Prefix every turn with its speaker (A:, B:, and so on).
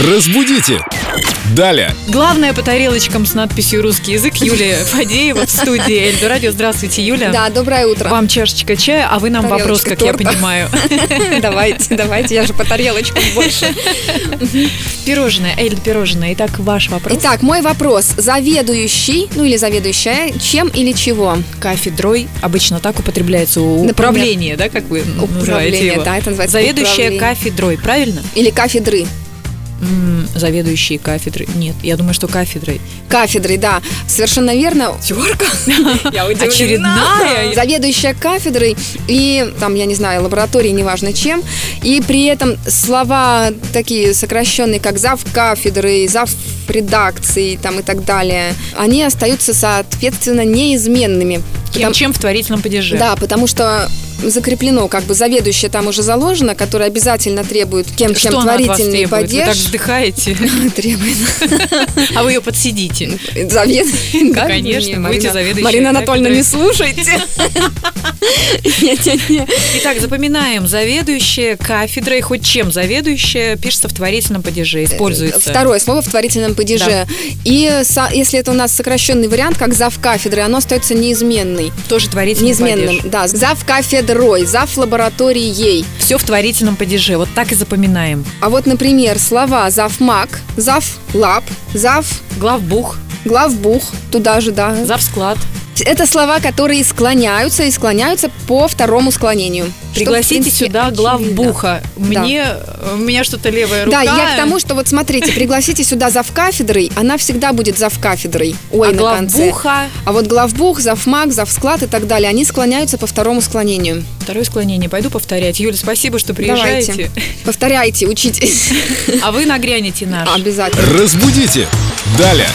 A: Разбудите! Далее!
B: Главное по тарелочкам с надписью «Русский язык» Юлия Фадеева в студии Эльдо Радио. Здравствуйте, Юля.
C: Да, доброе утро.
B: Вам чашечка чая, а вы нам
C: Тарелочка
B: вопрос, как
C: торта.
B: я понимаю.
C: Давайте, давайте, я же по тарелочкам больше.
B: Пирожное, Эльда, пирожное. Итак, ваш вопрос.
C: Итак, мой вопрос. Заведующий, ну или заведующая, чем или чего?
B: Кафедрой обычно так употребляется у
C: Например,
B: управления, да, как вы называете
C: Управление,
B: его?
C: да, это называется
B: Заведующая
C: управление.
B: кафедрой, правильно?
C: Или кафедры.
B: М, Заведующие кафедры. Нет, я думаю, что кафедрой.
C: Кафедры, да, совершенно верно.
B: Терка? Очередная.
C: Заведующая кафедрой и, там, я не знаю, лабораторией, неважно чем. И при этом слова такие сокращенные, как зав кафедры, зав редакции там, и так далее, они остаются, соответственно, неизменными.
B: Кем, чем в творительном падеже?
C: Да, потому что закреплено, как бы заведующая там уже заложена, которая обязательно требует кем
B: Что
C: чем
B: она от вас
C: творительный
B: требует? Вы так
C: падеж.
B: вздыхаете,
C: Требует
B: а вы ее подсидите.
C: завет. Как бы
B: Ну, конечно,
C: мне,
B: будете
C: Марина-
B: заведующей
C: Марина Анатольевна, не
B: кафедрой.
C: слушайте. Нет-нет-нет.
B: Итак, запоминаем, заведующая кафедрой, хоть чем заведующая, пишется в творительном падеже, используется.
C: Второе слово Э, в творительном падеже. И со- если это у нас сокращенный вариант, как зав кафедры, оно остается неизменной.
B: Тоже творительный
C: Неизменным,
B: падеж.
C: да. Зав кафедрой, зав лабораторией.
B: Все в творительном падеже, вот так и запоминаем.
C: А вот, например, слова завмаг, зав лаб, зав
B: Главбух,
C: главбух, туда же, да.
B: завсклад.
C: Это слова, которые склоняются и склоняются по второму склонению. Что, в
B: Пригласите
C: принципе,
B: сюда
C: очевидно.
B: главбуха. Мне, э, у меня что-то левая рука. а
C: Да, я к тому, что вот смотрите, пригласите сюда завкафедрой, она всегда будет завкафедрой. Ой,
B: а
C: на конце.
B: главбуха,
C: А вот главбух, завмаг, завсклад и так далее, они склоняются по второму склонению.
B: второе склонение, пойду повторять. Юля, спасибо, что приезжаете.
C: Повторяйте, учитесь.
B: А вы нагрянете наш.
C: Обязательно.
A: Разбудите! Далее!